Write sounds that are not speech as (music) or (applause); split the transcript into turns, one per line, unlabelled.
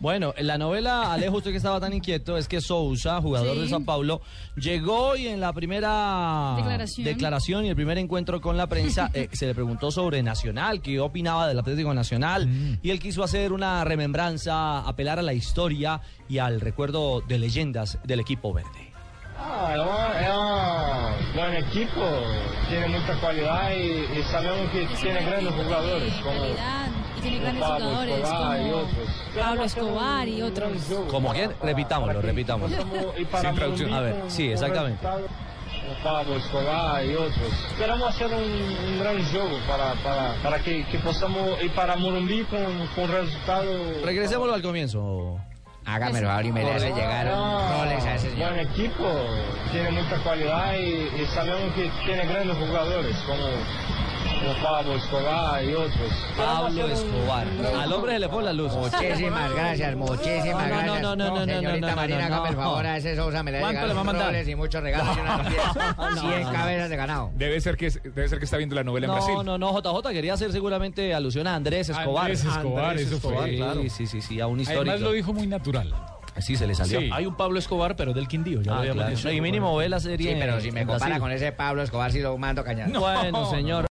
Bueno, en la novela, Alejo, usted que estaba tan inquieto, es que Sousa, jugador
Sí.
de San Paulo, llegó y en la primera
Declaración.
declaración y el primer encuentro con la
(laughs)
prensa eh, se le preguntó sobre Nacional, qué opinaba del Atlético Nacional,
Mm.
y él quiso hacer una remembranza, apelar a la historia y al recuerdo de leyendas del equipo verde.
Ah, é uma, é uma bom Ah, equipo, tem muita qualidade e, e sabemos que tem grandes jogadores
de
como
calidad y tiene grandes
Pablo
jugadores
Escobar y
como
otros.
Pablo Escobar y otros.
¿Como quién? Repitámoslo, repitámoslo.
Como- y para
Sin traducción.
Morumbí,
A ver,
con-
sí,
con
exactamente.
resultado, con Pablo Escobar y otros. Esperamos hacer un, un gran juego para, para, para que, que podamos ir para Morumbi con, con resultado.
Regresémoslo al comienzo.
Hágamelo, Auri, me le hace llegar
Ah,
roles a ese
Buen
señor.
equipo, tiene mucha cualidad y, y sabemos que tiene grandes jugadores como, como Pablo Escobar y otros.
Pablo Escobar. Al hombre se le pone la luz. (laughs)
Muchísimas gracias, muchísimas
No, no,
gracias.
no, no, no, no,
señorita
no, no,
Marina,
no,
hágame el
no.
favor a ese Sousa, me le hace
¿Cuánto
llegar
le va a mandar?
roles y muchos regalos y
(laughs)
una
No,
tortilla.
no,
100
no.
cabezas de ganado.
Debe ser que debe ser que está viendo la novela en
No,
Brasil.
no, no, JJ quería hacer seguramente alusión a Andrés Escobar.
Andrés Escobar,
Andrés
eso fue.
Escobar,
Sí,
claro. Sí, sí, sí, a un histórico.
Además lo dijo muy natural.
Sí, se le salió.
Sí.
Hay un Pablo Escobar, pero del Quindío. Ya
Ah,
lo habíamos
claro.
dicho.
Y mínimo ve la serie.
Sí, pero si
en
me compara
Brasil.
(laughs)
con ese Pablo Escobar, sí lo mando cañado.
Bueno, señor.